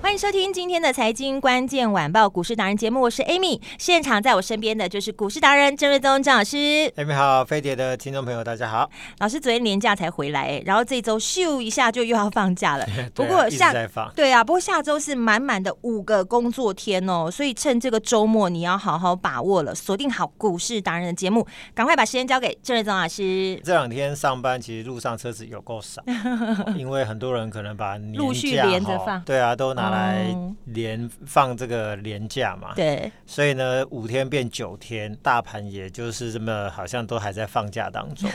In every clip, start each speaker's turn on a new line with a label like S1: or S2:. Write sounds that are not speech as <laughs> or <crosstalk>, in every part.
S1: 欢迎收听今天的财经关键晚报股市达人节目，我是 Amy，现场在我身边的就是股市达人郑瑞宗郑老师。
S2: 艾米哎好，飞碟的听众朋友大家好。。
S1: 老师昨天年假才回来、哎然后这周咻一下就又要放假了不
S2: <laughs> 对啊
S1: 过
S2: 一直
S1: 下
S2: 在放
S1: 对啊，不过下周是满满的五个工作天哦，所以趁这个周末你要好好把握了，锁定好股市达人的节目，赶快把时间交给郑瑞宗老师。
S2: 这两天上班其实路上车子有够
S1: <laughs>
S2: 少，因为很多人可能把年假
S1: 陆续连着
S2: 哈
S1: 放
S2: 对啊，都拿
S1: 哦
S2: 来连放这个年假嘛。
S1: 对，
S2: 所以呢，五天变九天，大盘也就是这么好像都还在放假当
S1: <laughs>
S2: 中。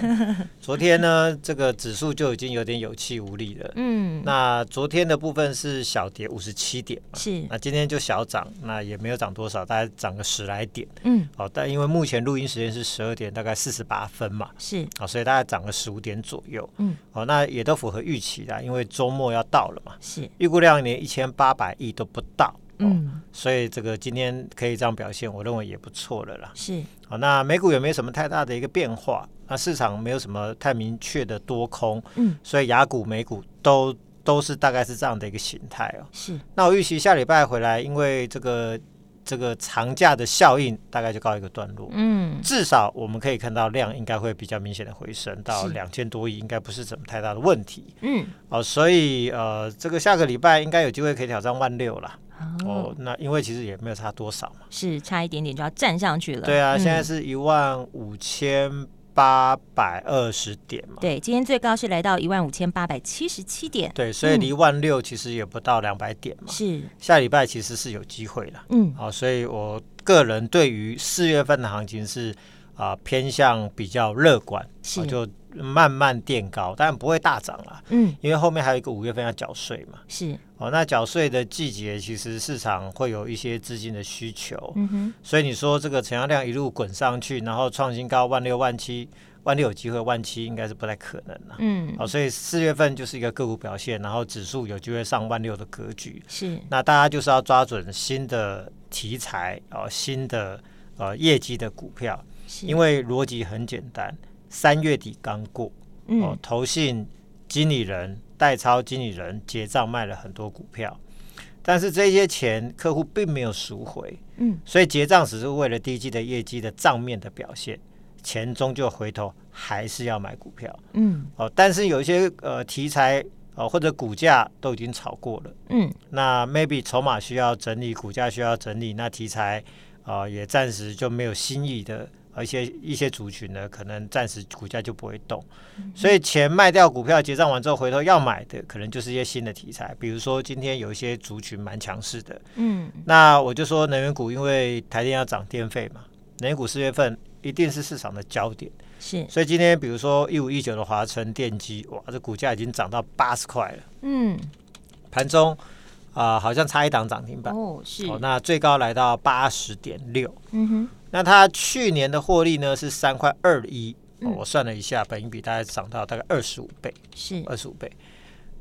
S2: 昨天呢，这个指数就已经有点有气无力了。
S1: 嗯，
S2: 那昨天的部分是小跌五十七点嘛，
S1: 是，
S2: 那今天就小涨，那也没有涨多少，大概涨个十来点。
S1: 嗯，
S2: 好、但因为目前录音时间是十二点，大概四十八分嘛，
S1: 是，
S2: 好、所以大概涨了十五点左右。
S1: 嗯，
S2: 好、那也都符合预期啦，因为周末要到了嘛，
S1: 是，
S2: 预估量连一千八百亿都不到。哦、
S1: 嗯，
S2: 所以这个今天可以这样表现，我认为也不错了啦。
S1: 是，
S2: 好、那美股也没什么太大的一个变化，那市场没有什么太明确的多空，
S1: 嗯，
S2: 所以雅股、美股都都是大概是这样的一个形态哦。
S1: 是，
S2: 那我预期下礼拜回来，因为这个这个长假的效应大概就告一个段落。
S1: 嗯，
S2: 至少我们可以看到量应该会比较明显的回升到
S1: 是
S2: 两千多亿，应该不是什么太大的问题
S1: 嗯，
S2: 哦。所以呃，这个下个礼拜应该有机会可以挑战万六啦。
S1: 哦，
S2: 哦，那因为其实也没有差多少嘛。
S1: 是差一点点就要站上去了。
S2: 对啊，
S1: 嗯
S2: 现在是一万五千八百二十点嘛。
S1: 对，今天最高是来到一万五千八百七十七点，
S2: 对，所以离万六其实也不到两百点嘛。
S1: 嗯是，
S2: 下礼拜其实是有机会啦。
S1: 嗯，
S2: 好、所以我个人对于四月份的行情是啊、偏向比较乐观，
S1: 是
S2: 啊就慢慢垫高，但不会大涨啦，
S1: 嗯，
S2: 因为后面还有一个五月份要缴税嘛。
S1: 是，
S2: 哦，那缴税的季节，其实市场会有一些资金的需求，
S1: 嗯哼，
S2: 所以你说这个成交量一路滚上去，然后创新高万六万七，万六有机会，万七应该是不太可能了。
S1: 嗯，
S2: 好、所以四月份就是一个个股表现，然后指数有机会上万六的格局。
S1: 是，
S2: 那大家就是要抓准新的题材哦，新的呃业绩的股票，
S1: 是，
S2: 因为逻辑很简单，三月底刚过哦
S1: 嗯，，
S2: 投信经理人、代操经理人结账卖了很多股票，但是这些钱客户并没有赎回，
S1: 嗯，
S2: 所以结账只是为了第一季的业绩的账面的表现，钱终究回头还是要买股票
S1: 嗯，
S2: 哦，但是有一些呃题材呃或者股价都已经炒过了。
S1: 嗯，
S2: 那 maybe 筹码需要整理，股价需要整理，那题材啊也暂时就没有新意的，而且一些族群呢，可能暂时股价就不会动。所以钱卖掉股票结账完之后，回头要买的可能就是一些新的题材，比如说今天有一些族群蛮强势的，
S1: 嗯，
S2: 那我就说能源股，因为台电要涨电费嘛，能源股四月份一定是市场的焦点。
S1: 是，
S2: 所以今天比如说一五一九的华晨电机，哇，这股价已经涨到八十块了，
S1: 嗯，
S2: 盘中啊、好像差一档涨停板。
S1: 哦，是，
S2: 哦，那最高来到八十点六。
S1: 嗯哼，
S2: 那它去年的获利呢是三块二一、
S1: 嗯
S2: 哦，我算了一下，本益比大概涨到大概二十五倍，
S1: 是，
S2: 二十五倍。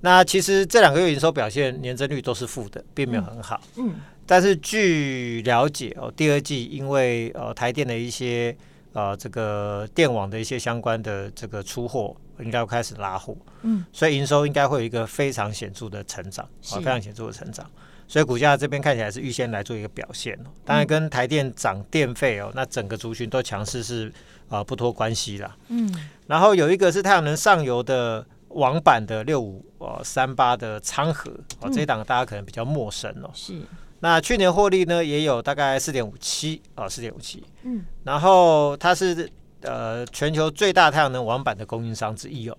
S2: 那其实这两个月营收表现年增率都是负的，并没有很好。
S1: 嗯，
S2: 但是据了解哦，第二季因为呃台电的一些呃这个电网的一些相关的这个出货，应该要开始拉货，
S1: 嗯，
S2: 所以营收应该会有一个非常显著的成长，哦
S1: 是
S2: 非常显著的成长。所以股价这边看起来是预先来做一个表现哦，当然跟台电涨电费哦，那整个族群都强势是呃不脱关系啦。
S1: 嗯，
S2: 然后有一个是太阳能上游的网版的六五呃三八的昌河哦，这一档大家可能比较陌生
S1: 嗯
S2: 哦。
S1: 是，
S2: 那去年获利呢也有大概四点五七啊，四点五七。
S1: 嗯，
S2: 然后它是呃全球最大太阳能网板的供应商之一哦。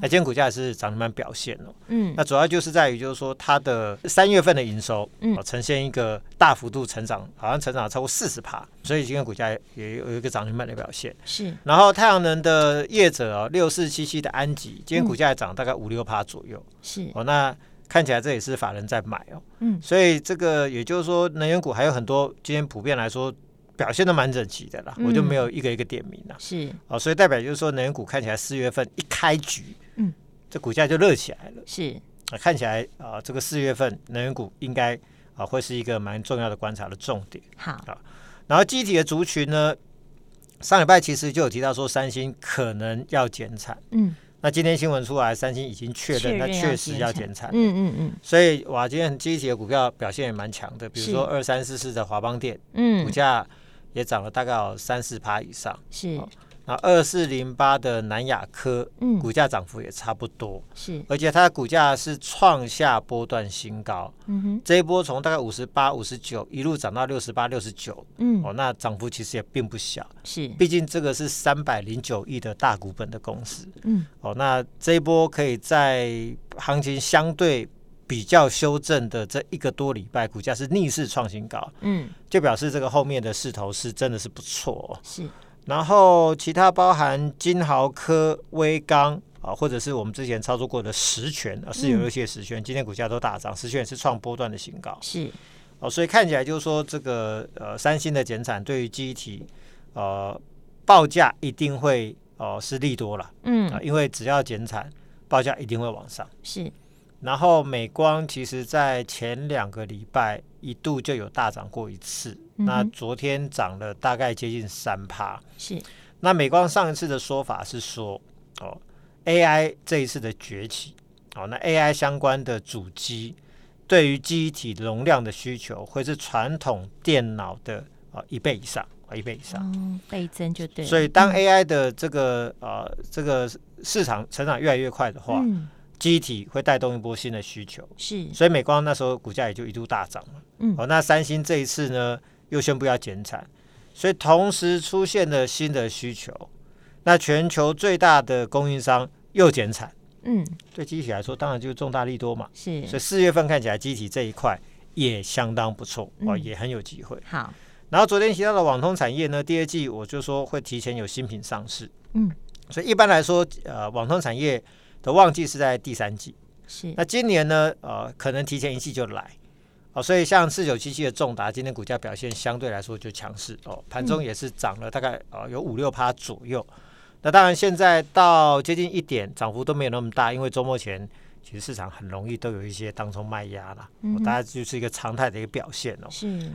S2: 那今天股价是涨停板表现哦。
S1: 嗯
S2: 那主要就是在于，就是说它的三月份的营收，
S1: 嗯
S2: 哦呈现一个大幅度成长，好像成长超过四十趴，所以今天股价也有一个涨停板的表现。
S1: 是
S2: 然后太阳能的业者哦，六四七七的安吉，今天
S1: 嗯
S2: 股价也涨大概五六趴左右、
S1: 是
S2: 哦。那看起来这也是法人在买哦，
S1: 嗯
S2: 所以这个也就是说，能源股还有很多，今天普遍来说表现的蛮整齐的啦，我就
S1: 嗯
S2: 没有一个一个点名啦。
S1: 是
S2: 哦，所以代表就是说，能源股看起来四月份一开局，
S1: 嗯，
S2: 这股价就热起来了。
S1: 是
S2: 啊，看起来啊、这个四月份能源股应该啊、会是一个蛮重要的观察的重点。
S1: 好
S2: 然后机体的族群呢，上礼拜其实就有提到说，三星可能要减产。
S1: 嗯
S2: 那今天新闻出来，三星已经确
S1: 确
S2: 认，它
S1: 认要
S2: 确实
S1: 减
S2: 要
S1: 产
S2: 减产。
S1: 嗯嗯嗯
S2: 所以哇，今天机体的股票表现也蛮强的，比如
S1: 是
S2: 说二三四四的华邦电，股
S1: 嗯
S2: 价也涨了大概有三四趴以上。
S1: 是
S2: 那二四零八的南亚科，
S1: 嗯
S2: 股价涨幅也差不多，
S1: 是
S2: 而且它的股价是创下波段新高。
S1: 嗯哼
S2: 这一波从大概五十八、五十九一路涨到六十八、六十九，
S1: 嗯
S2: 哦，那涨幅其实也并不小。
S1: 是
S2: 毕竟这个是三百零九亿的大股本的公司，
S1: 嗯
S2: 哦，那这一波可以在行情相对比较修正的这一个多礼拜，股价是逆势创新高，
S1: 嗯
S2: 就表示这个后面的势头是真的是不错、哦。
S1: 是
S2: 然后其他包含金豪科、威刚。啊，或者是我们之前操作过的实权，啊，是有一些实权，今天股价都大涨，实权也是创波段的新高。
S1: 是
S2: 哦，所以看起来就是说，这个呃，三星的减产对于记忆体呃报价一定会呃是利多了啊、
S1: 嗯
S2: 因为只要减产，报价一定会往上。
S1: 是
S2: 然后美光其实在前两个礼拜一度就有大涨过一次，那
S1: 嗯哼
S2: 昨天涨了大概接近三趴。
S1: 是
S2: 那美光上一次的说法是说，哦，AI 这一次的崛起，哦，那 AI 相关的主机对于记忆体容量的需求会是传统电脑的啊、哦一倍以上，啊、一倍以上。
S1: 哦倍增就对了，
S2: 所以，当
S1: 嗯
S2: AI 的这个呃这个市场成长越来越快的话，
S1: 嗯
S2: 机体会带动一波新的需求，
S1: 是
S2: 所以美光那时候股价也就一度大涨了。
S1: 嗯
S2: 哦，那三星这一次呢又宣布要减产，所以同时出现了新的需求，那全球最大的供应商又减产，
S1: 嗯
S2: 对机体来说当然就是重大利多嘛。所
S1: 是
S2: 以四月份看起来机体这一块也相当不错哦，
S1: 嗯
S2: 也很有机会。
S1: 好
S2: 然后昨天提到的网通产业呢，第二季我就说会提前有新品上市，
S1: 嗯，
S2: 所以一般来说，呃，网通产业的旺季是在第三季。
S1: 是
S2: 那今年呢，呃，可能提前一季就来哦，所以像四九七七的重达，今天股价表现相对来说就强势哦，盘
S1: 嗯
S2: 中也是涨了大概呃有五六趴左右。那当然，现在到接近一点，涨幅都没有那么大，因为周末前其实市场很容易都有一些当中卖压啦，
S1: 嗯
S2: 哦
S1: 哼、
S2: 大家就是一个常态的一个表现哦。
S1: 是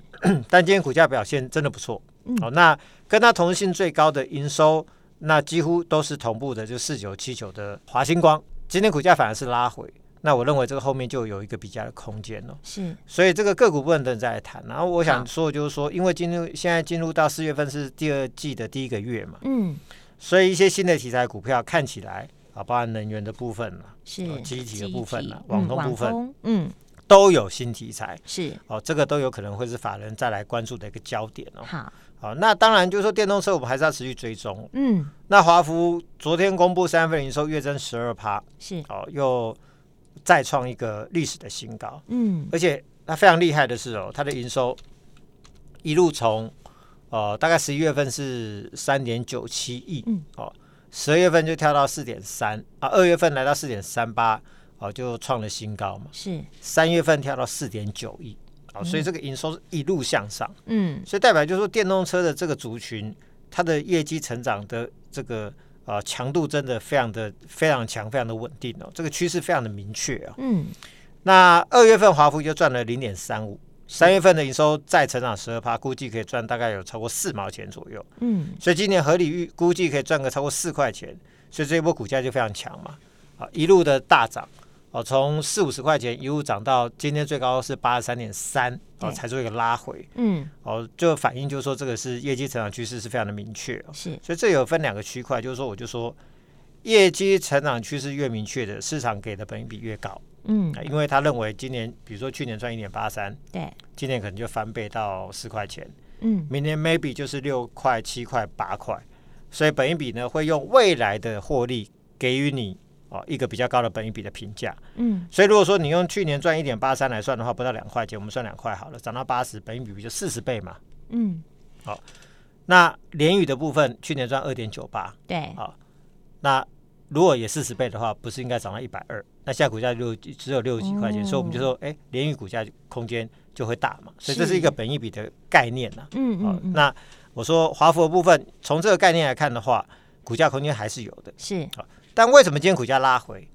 S2: 但今天股价表现真的不错，
S1: 嗯
S2: 哦，那跟它同性最高的营收，那几乎都是同步的，就四九七九的华星光，今天股价反而是拉回，那我认为这个后面就有一个比较的空间了、
S1: 是
S2: 所以这个个股不能等再来谈。然后我
S1: 好
S2: 想说的就是说，因为进入现在进入到四月份是第二季的第一个月嘛，
S1: 嗯
S2: 所以一些新的题材股票看起来啊，包含能源的部分啊，
S1: 是
S2: 哦记忆体的部分啦
S1: 嗯
S2: 网通部分
S1: 通嗯
S2: 都有新题材
S1: 是
S2: 哦，这个都有可能会是法人再来关注的一个焦点哦。
S1: 好
S2: 好，那当然就是说电动车，我们还是要持续追踪。
S1: 嗯
S2: 那华孚昨天公布三月份营收月增十二趴，
S1: 是
S2: 哦，又再创一个历史的新高，
S1: 嗯
S2: 而且它非常厉害的是哦，它的营收一路从呃大概十一月份是三点九七亿，
S1: 嗯
S2: 哦，十二月份就跳到四点三啊，二月份来到四点三八，哦，就创了新高嘛，
S1: 是
S2: 三月份跳到四点九亿，哦，所以这个营收是一路向上。
S1: 嗯
S2: 所以代表就是说，电动车的这个族群，它的业绩成长的这个呃强度真的非常的非常强，非常的稳定哦，这个趋势非常的明确哦。
S1: 嗯
S2: 那二月份华孚就赚了零点三五，三月份的营收再成长十二趴，估计可以赚大概有超过四毛钱左右，
S1: 嗯
S2: 所以今年合理预估计可以赚个超过四块钱，所以这一波股价就非常强嘛，啊，一路的大涨。哦，从四五十块钱一路涨到今天最高是八十三点三，哦，
S1: 对
S2: 才做一个拉回。
S1: 嗯
S2: 哦，就反映就是说这个是业绩成长趋势是非常的明确、哦，
S1: 是
S2: 所以这有分两个区块，就是说我就说业绩成长趋势越明确的，市场给的本益比越高，
S1: 嗯
S2: 啊因为他认为今年比如说去年赚一点八三，
S1: 对
S2: 今年可能就翻倍到十块钱，
S1: 嗯
S2: 明年 maybe 就是六块、七块、八块，所以本益比呢会用未来的获利给予你哦一个比较高的本益比的评价。
S1: 嗯，
S2: 所以如果说你用去年赚一点八三来算的话，不到两块钱，我们算两块好了，涨到八十，本益比不就四十倍嘛？
S1: 嗯，
S2: 那联宇的部分去年赚二点九八，
S1: 对，
S2: 好，那如果也四十倍的话，不是应该涨到一百二？那现在股价就只有六十几块钱，
S1: 哦
S2: 所以我们就说，哎、联宇股价空间就会大嘛，所以
S1: 是
S2: 这是一个本益比的概念呐、
S1: 嗯
S2: 好
S1: 嗯嗯，
S2: 那我说华孚的部分，从这个概念来看的话，股价空间还是有的。
S1: 是，
S2: 但为什么今天股价拉回？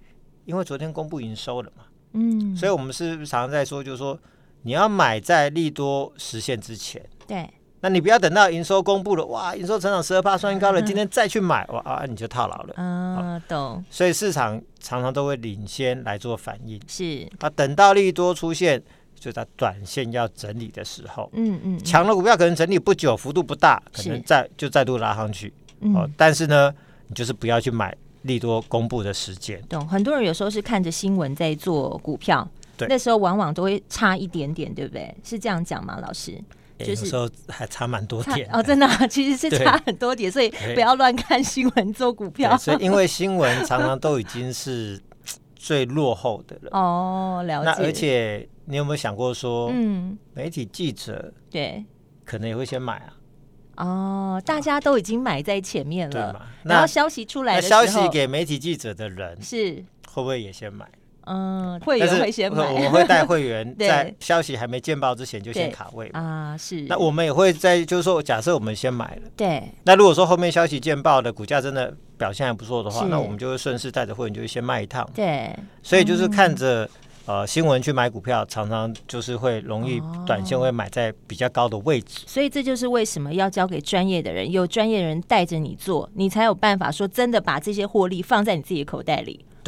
S2: 因为昨天公布营收了嘛，
S1: 嗯，
S2: 所以我们是不是常常在说，就是说你要买在利多实现之前。
S1: 对，
S2: 那你不要等到营收公布了，哇，营收成长十二帕算高了，今天再去买，哇啊，你就套牢了。
S1: 嗯，懂，
S2: 所以市场常常都会领先来做反应
S1: 是，
S2: 啊。等到利多出现，就在短线要整理的时候，
S1: 嗯嗯，
S2: 强的股票可能整理不久，幅度不大，可
S1: 是
S2: 能再就再度拉上去哦
S1: 嗯。。
S2: 但是呢，你就是不要去买利多公布的时间。
S1: 懂，很多人有时候是看着新闻在做股票，
S2: 对
S1: 那时候往往都会差一点点，对不对？是这样讲吗，老师？
S2: 诶
S1: 就
S2: 有
S1: 是
S2: 时候还差蛮多
S1: 差
S2: 点
S1: 哦，真的啊、 <laughs> 其实是
S2: 对
S1: 差很多点，所以
S2: 对
S1: 不要乱看新闻做股票
S2: 对，。所以因为新闻常常都已经是最落后的了。
S1: 哦， <laughs> 了
S2: 那
S1: 解。
S2: 而，且你有没有想过说，
S1: 嗯，
S2: 媒体记者
S1: 对，
S2: 可能也会先买啊，
S1: 哦，大家都已经买在前面
S2: 对
S1: 了，
S2: 吗？
S1: 然后
S2: 那
S1: 消息出来
S2: 那
S1: 的时
S2: 消
S1: 候，
S2: 息给媒体记者的人
S1: 是，
S2: 会不会也先买？
S1: 嗯，会
S2: 但
S1: 员
S2: 是
S1: 会先
S2: 我
S1: 买，
S2: 我
S1: <laughs>
S2: 会带会员
S1: 对
S2: 在消息还没见报之前就先
S1: 对
S2: 卡位嘛。
S1: 啊，是。
S2: 那我们也会在，就是说，假设我们先买了，
S1: 对，
S2: 那如果说后面消息见报的股价真的表现还不错的话，
S1: 是
S2: 那我们就会顺势带着会员就会先卖一趟。
S1: 对，
S2: 所以就是看着。呃，新闻去买股票，常常就是会容易
S1: 哦
S2: 短线会买在比较高的位置。
S1: 所以这就是为什么要交给专业的人，有专业人带着你做，你才有办法说真的把这些获利放在你自己的口袋里。 <laughs>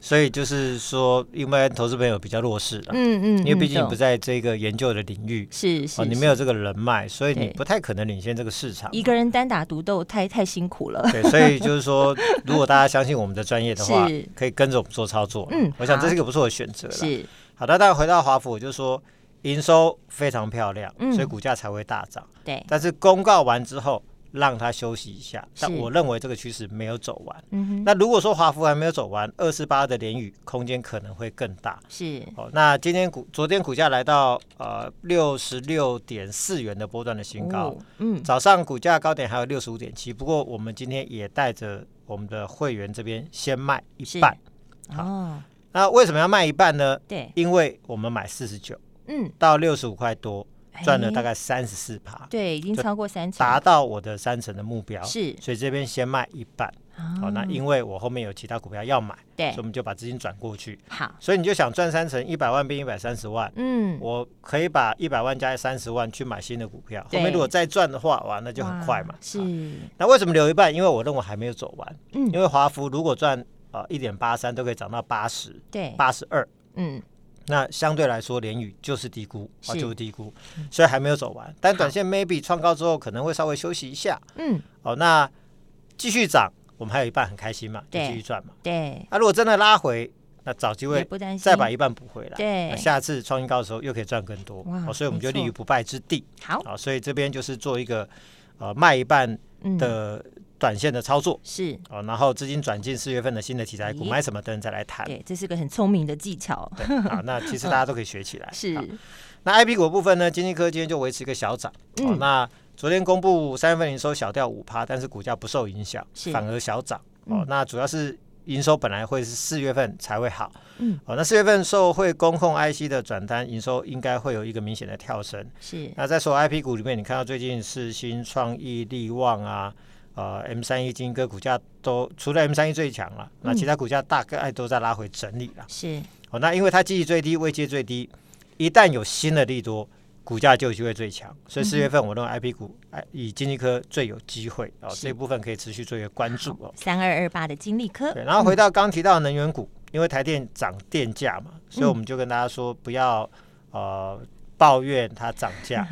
S2: 所以就是说，因为投资朋友比较弱势啊了，
S1: 嗯嗯，
S2: 因为毕竟你不
S1: 懂
S2: 在这个研究的领域，
S1: 是是、
S2: 哦，你
S1: 是
S2: 没有这个人脉，所以你
S1: 对
S2: 不太可能领先这个市场。
S1: 一个人单打独斗太太辛苦了。
S2: <laughs> 对，所以就是说，如果大家相信我们的专业的话
S1: 是，
S2: 可以跟着我们做操作。
S1: 嗯
S2: 我想
S1: 好
S2: 这是一个不错的选择了。
S1: 是，
S2: 好的，但回到华府，我就说营收非常漂亮，
S1: 嗯
S2: 所以股价才会大涨。
S1: 对，
S2: 但是公告完之后，让它休息一下。但
S1: 是
S2: 我认为这个趋势没有走完。
S1: 嗯哼，
S2: 那如果说华孚还没有走完，二四八的联宇空间可能会更大。
S1: 是
S2: 哦，那今天股昨天股价来到呃六十六点四元的波段的新高，
S1: 哦嗯，
S2: 早上股价高点还有六十五点七，不过我们今天也带着我们的会员这边先卖一半。好
S1: 哦，
S2: 那为什么要卖一半呢？
S1: 对，
S2: 因为我们买四十九
S1: 嗯，
S2: 到六十五块多，赚了大
S1: 概
S2: 概三十四趴，
S1: 对，已经
S2: 就
S1: 超过三成，
S2: 达到我的三成的目标。
S1: 是
S2: 所以这边先卖一半。好、
S1: 好
S2: 那因为我后面有其他股票要买，
S1: 啊对
S2: 所以我们就把资金转过去。
S1: 好，
S2: 所以你就想赚三成，一百万变一百三十万。
S1: <laughs> 嗯，
S2: 我可以把一百万加三十万去买新的股票，后
S1: 对
S2: 面如果再赚的话，哇，那就很
S1: 哇
S2: 快嘛。
S1: 是
S2: 好，那为什么留一半？因为我认为还没有走完。
S1: 嗯
S2: 因为华孚如果赚呃一点八三都可以涨到八十、
S1: 对，
S2: 八十二，
S1: 嗯，
S2: 那相对来说联宇就是低估，啊
S1: 是嗯
S2: 就是低估，所以还没有走完。但短线 maybe 创高之后可能会稍微休息一下。
S1: 嗯，
S2: 哦，那继续涨，我们还有一半很开心嘛，就
S1: 对
S2: 继续赚嘛。
S1: 对，
S2: 那、如果真的拉回，那找机
S1: 也
S2: 会
S1: 不担心，
S2: 再把一半补回来。
S1: 对
S2: 那下次创新高的时候又可以赚更多。
S1: 哇
S2: 哦，所以我们就
S1: 没错哦
S2: 立于不败之地。
S1: 好，
S2: 啊、所以这边就是做一个呃卖一半
S1: 嗯，
S2: 的短线的操作。
S1: 是。
S2: 哦，然后资金转进四月份的新的题材股，
S1: 咦
S2: 买什么等再来谈。
S1: 对，这是个很聪明的技巧，
S2: 啊对啊，那其实大家都可以学起来。
S1: <laughs> 是
S2: 好那 I P 股的部分呢，经济科今天就维持一个小涨。哦
S1: 嗯，
S2: 那昨天公布三月份营收小掉五趴，但是股价不受影响
S1: 是，
S2: 反而小涨。
S1: 嗯
S2: 哦，那主要是营收本来会是四月份才会好。
S1: 嗯，
S2: 哦，那四月份受惠工控 I C 的转单，营收应该会有一个明显的跳升。
S1: 是，
S2: 那在所有 I P 股里面，你看到最近世新、创意、力旺啊，呃 M 三一金哥股价都除了 M 三一最强了，那其他股价大概都在拉回整理了。
S1: 是
S2: 哦，那因为它基期最低，位阶最低，一旦有新的利多，股价就有机会最强。所以四月份我认为 I P 股，哎，以经济科最有机会哦，
S1: 是
S2: 这一部分可以持续做一个关注哦。
S1: 三二二八的金利科，
S2: 对，然后回到刚提到的能源股，因为台电涨电价嘛，所以
S1: 嗯
S2: 我们就跟大家说不要呃抱怨它涨
S1: <laughs>
S2: 价，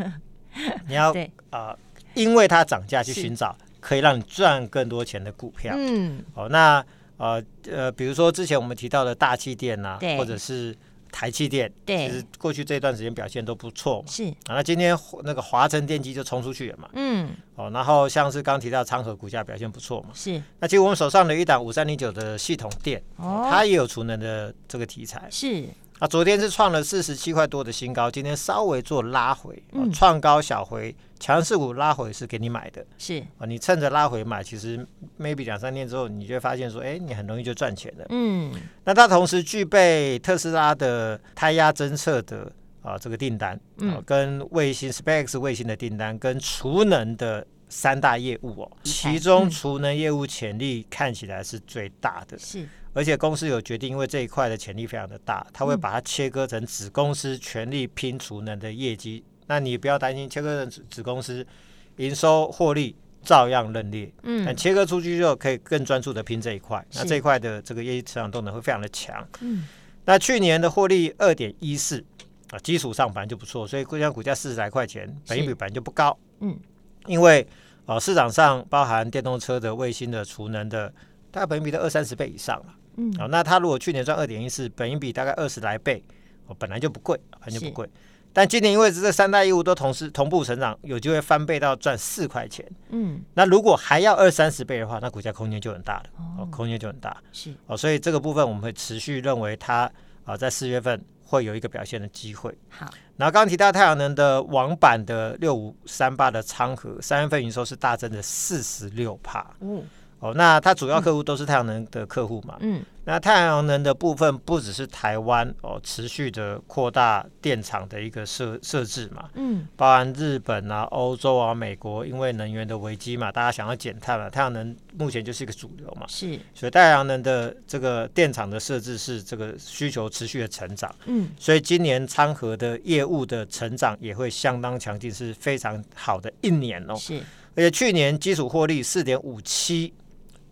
S2: 你要
S1: 对，
S2: 呃因为它涨价去
S1: 是
S2: 寻找可以让你赚更多钱的股票。
S1: 嗯，
S2: 哦，那呃呃，比如说之前我们提到的大气电呐、
S1: 对
S2: 或者是台积电，
S1: 对
S2: 其实过去这一段时间表现都不错嘛。
S1: 是，
S2: 啊，那今天那个华晨电机就冲出去了嘛，
S1: 嗯，
S2: 哦，然后像是刚提到昌河股价表现不错嘛，
S1: 是，
S2: 那其实我们手上的一档五三零九的系统电，
S1: 哦
S2: 它也有储能的这个题材。
S1: 是，
S2: 啊，昨天是创了四十七块多的新高，今天稍微做拉回，哦
S1: 嗯
S2: 创、高小回，强势股拉回是给你买的
S1: 是，
S2: 啊，你趁着拉回买，其实 maybe 两三天之后，你就会发现说，哎、你很容易就赚钱了。
S1: 嗯，
S2: 那它同时具备特斯拉的胎压侦测的啊这个订单，啊
S1: 嗯，
S2: 跟卫星 SpaceX 卫星的订单，跟储能的三大业务哦，
S1: 材
S2: 其中储能业务潜力看起来是最大的，
S1: 是，
S2: 而且公司有决定，因为这一块的潜力非常的大，它会
S1: 嗯
S2: 把它切割成子公司全力拼储能的业绩。那你不要担心，切割成子子公司营收获利照样认列，但
S1: 嗯，
S2: 切割出去之后可以更专注的拼这一块。那
S1: 是
S2: 这一块的这个业绩成长动能会非常的强。
S1: 嗯，
S2: 那去年的获利二点一四啊，基础上本来就不错，所以股价股价四十来块钱，本益比
S1: 是
S2: 本来就不高。
S1: 嗯，
S2: 因为啊、市场上包含电动车的、卫星的、储能的，大概本益比都二三十倍以上了。
S1: 嗯
S2: 啊、那它如果去年赚二点一四，本益比大概二十来倍，哦，本来就不贵，本来就不
S1: 是
S2: 贵。但今年因为这三大业务都同时同步成长，有机会翻倍到赚四块钱。
S1: 嗯，
S2: 那如果还要二三十倍的话，那股价空间就很大了，哦，空间就很大
S1: 是，
S2: 哦，所以这个部分我们会持续认为它啊、在四月份会有一个表现的机会。
S1: 好，
S2: 然后刚刚提到太阳能的网版的六五三八的昌河，三月份营收是大增的四十六帕
S1: 哦，
S2: 哦，那它主要客户都是太阳能的客户嘛，
S1: 嗯，
S2: 那太阳能的部分不只是台湾哦，持续的扩大电厂的一个设设置嘛，
S1: 嗯，
S2: 包含日本啊、欧洲啊、美国，因为能源的危机嘛，大家想要减碳嘛，太阳能目前就是一个主流嘛，
S1: 是，
S2: 所以太阳能的这个电厂的设置是这个需求持续的成长，
S1: 嗯，
S2: 所以今年昌河的业务的成长也会相当强劲，是非常好的一年哦。
S1: 是，
S2: 而且去年基础获利四点五七，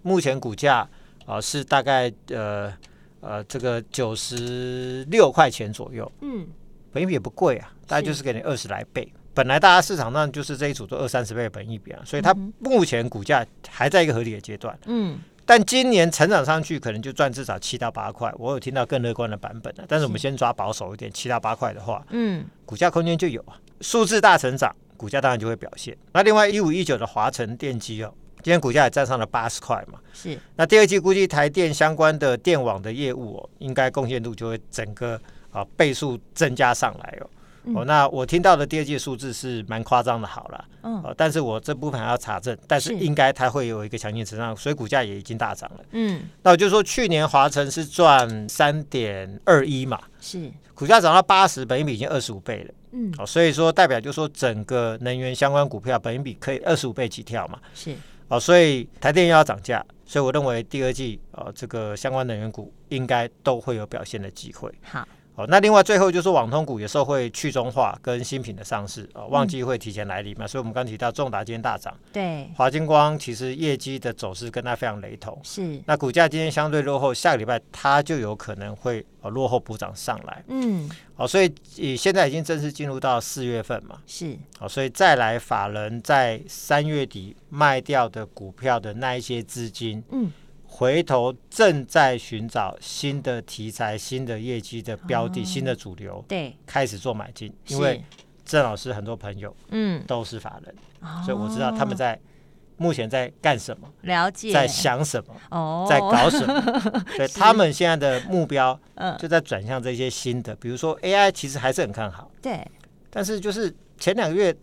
S2: 目前股价啊、是大概呃呃这个九十六块钱左右，
S1: 嗯，
S2: 本益比也不贵啊，大概就是给你二十来倍。本来大家市场上就是这一组都二三十倍的本益比啊，所以它目前股价还在一个合理的阶段。
S1: 嗯，
S2: 但今年成长上去，可能就赚至少七到八块。我有听到更乐观的版本了、但是我们先抓保守一点，七到八块的话，
S1: 嗯，
S2: 股价空间就有啊。数字大成长，股价当然就会表现。那另外一五一九的华晨电机哦，今天股价也站上了八十块嘛。
S1: 是，
S2: 那第二季估计台电相关的电网的业务哦，应该贡献度就会整个啊倍数增加上来哦。哦，那我听到的第二季数字是蛮夸张的，好了，
S1: 嗯
S2: 哦，但是我这部分还要查证，但是
S1: 是
S2: 应该它会有一个强劲成长，所以股价也已经大涨了。
S1: 嗯，
S2: 那我就说去年华晨是赚三点二一嘛，
S1: 是，
S2: 股价涨到八十，本益比已经二十五倍了。
S1: 嗯，
S2: 哦，所以说代表就说整个能源相关股票本益比可以二十五倍起跳嘛。
S1: 是，
S2: 哦，所以台电又要涨价，所以我认为第二季哦这个相关能源股应该都会有表现的机会。
S1: 好，
S2: 哦，那另外最后就是网通股有时候会去中化跟新品的上市哦，旺季会提前来临嘛，所以我们刚提到重达今天大涨，
S1: 对，
S2: 华金光其实业绩的走势跟它非常雷同。
S1: 是，
S2: 那股价今天相对落后，下个礼拜它就有可能会呃落后补涨上来。
S1: 嗯，
S2: 好，所以以现在已经正式进入到四月份嘛，
S1: 是，
S2: 好，所以再来法人在三月底卖掉的股票的那一些资金，
S1: 嗯，
S2: 回头正在寻找新的题材、新的业绩的标的、新的主流，
S1: 对，
S2: 开始做买进。
S1: 哦是
S2: 因为郑老师很多朋友
S1: 嗯，
S2: 都是法人，
S1: 哦
S2: 所以我知道他们在目前在干什么，
S1: 了解，
S2: 在想什么。
S1: 哦，
S2: 在搞什么？
S1: <laughs>
S2: 对他们现在的目标
S1: 嗯，
S2: 就在转向这些新的，比如说 AI，其实还是很看好，
S1: 对，
S2: 但是就是前两个月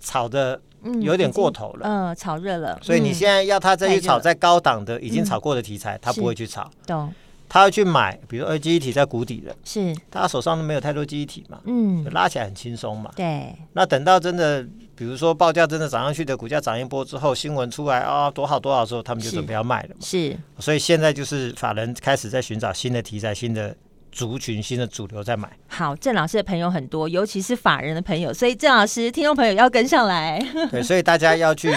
S2: 炒的
S1: 嗯
S2: 有点过，头
S1: 已
S2: 了，
S1: 经嗯，炒热了，
S2: 所以你
S1: 嗯
S2: 现在要他再去
S1: 太热
S2: 炒
S1: 了嗯
S2: 在高档的已经炒过的题材，他
S1: 是
S2: 不会去炒，
S1: 懂
S2: 他要去买，比如二记忆体在谷底的，
S1: 是，
S2: 他手上都没有太多记忆体嘛，
S1: 嗯，
S2: 拉起来很轻松嘛。
S1: 对，
S2: 那等到真的，比如说报价真的涨上去的，股价涨一波之后，新闻出来啊、多好多好的时候，他们就是准备要卖了嘛。
S1: 是，
S2: 所以现在就是法人开始在寻找新的题材、新的族群、新的主流
S1: <laughs>
S2: 在买。
S1: 好，郑老师的朋友很多，尤其是法人的朋友，所以郑老师听众朋友要跟上来， <laughs>
S2: 对，所以大家要去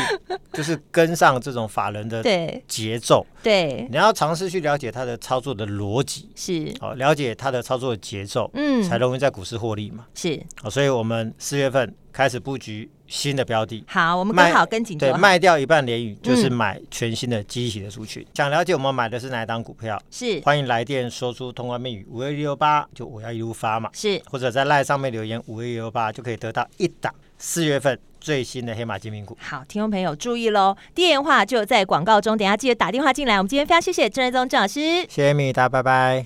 S2: 就是跟上这种法人的
S1: 对
S2: 节奏，
S1: 对，
S2: 你要尝试去了解他的操作的逻辑，
S1: 是，
S2: 哦，了解他的操作的节奏，
S1: 嗯，
S2: 才容易在股市获利嘛。
S1: 是
S2: 哦，所以我们四月份开始布局新的标的。
S1: 好，我们
S2: 卖
S1: 刚好跟紧
S2: 对
S1: 做，好，
S2: 卖掉一半联宇就是
S1: 嗯
S2: 买全新的机体的族群。想了解我们买的是哪一档股票，
S1: 是
S2: 欢迎来电说出通关密语五二六八，就我要一路发嘛，
S1: 是
S2: 或者在赖上面留言五二六八，就可以得到一档四月份最新的黑马精品股。
S1: 好，听众朋友注意喽，电话就在广告中，等一下记得打电话进来。我们今天非常谢谢郑瑞宗郑老师。
S2: 谢谢米达，拜拜。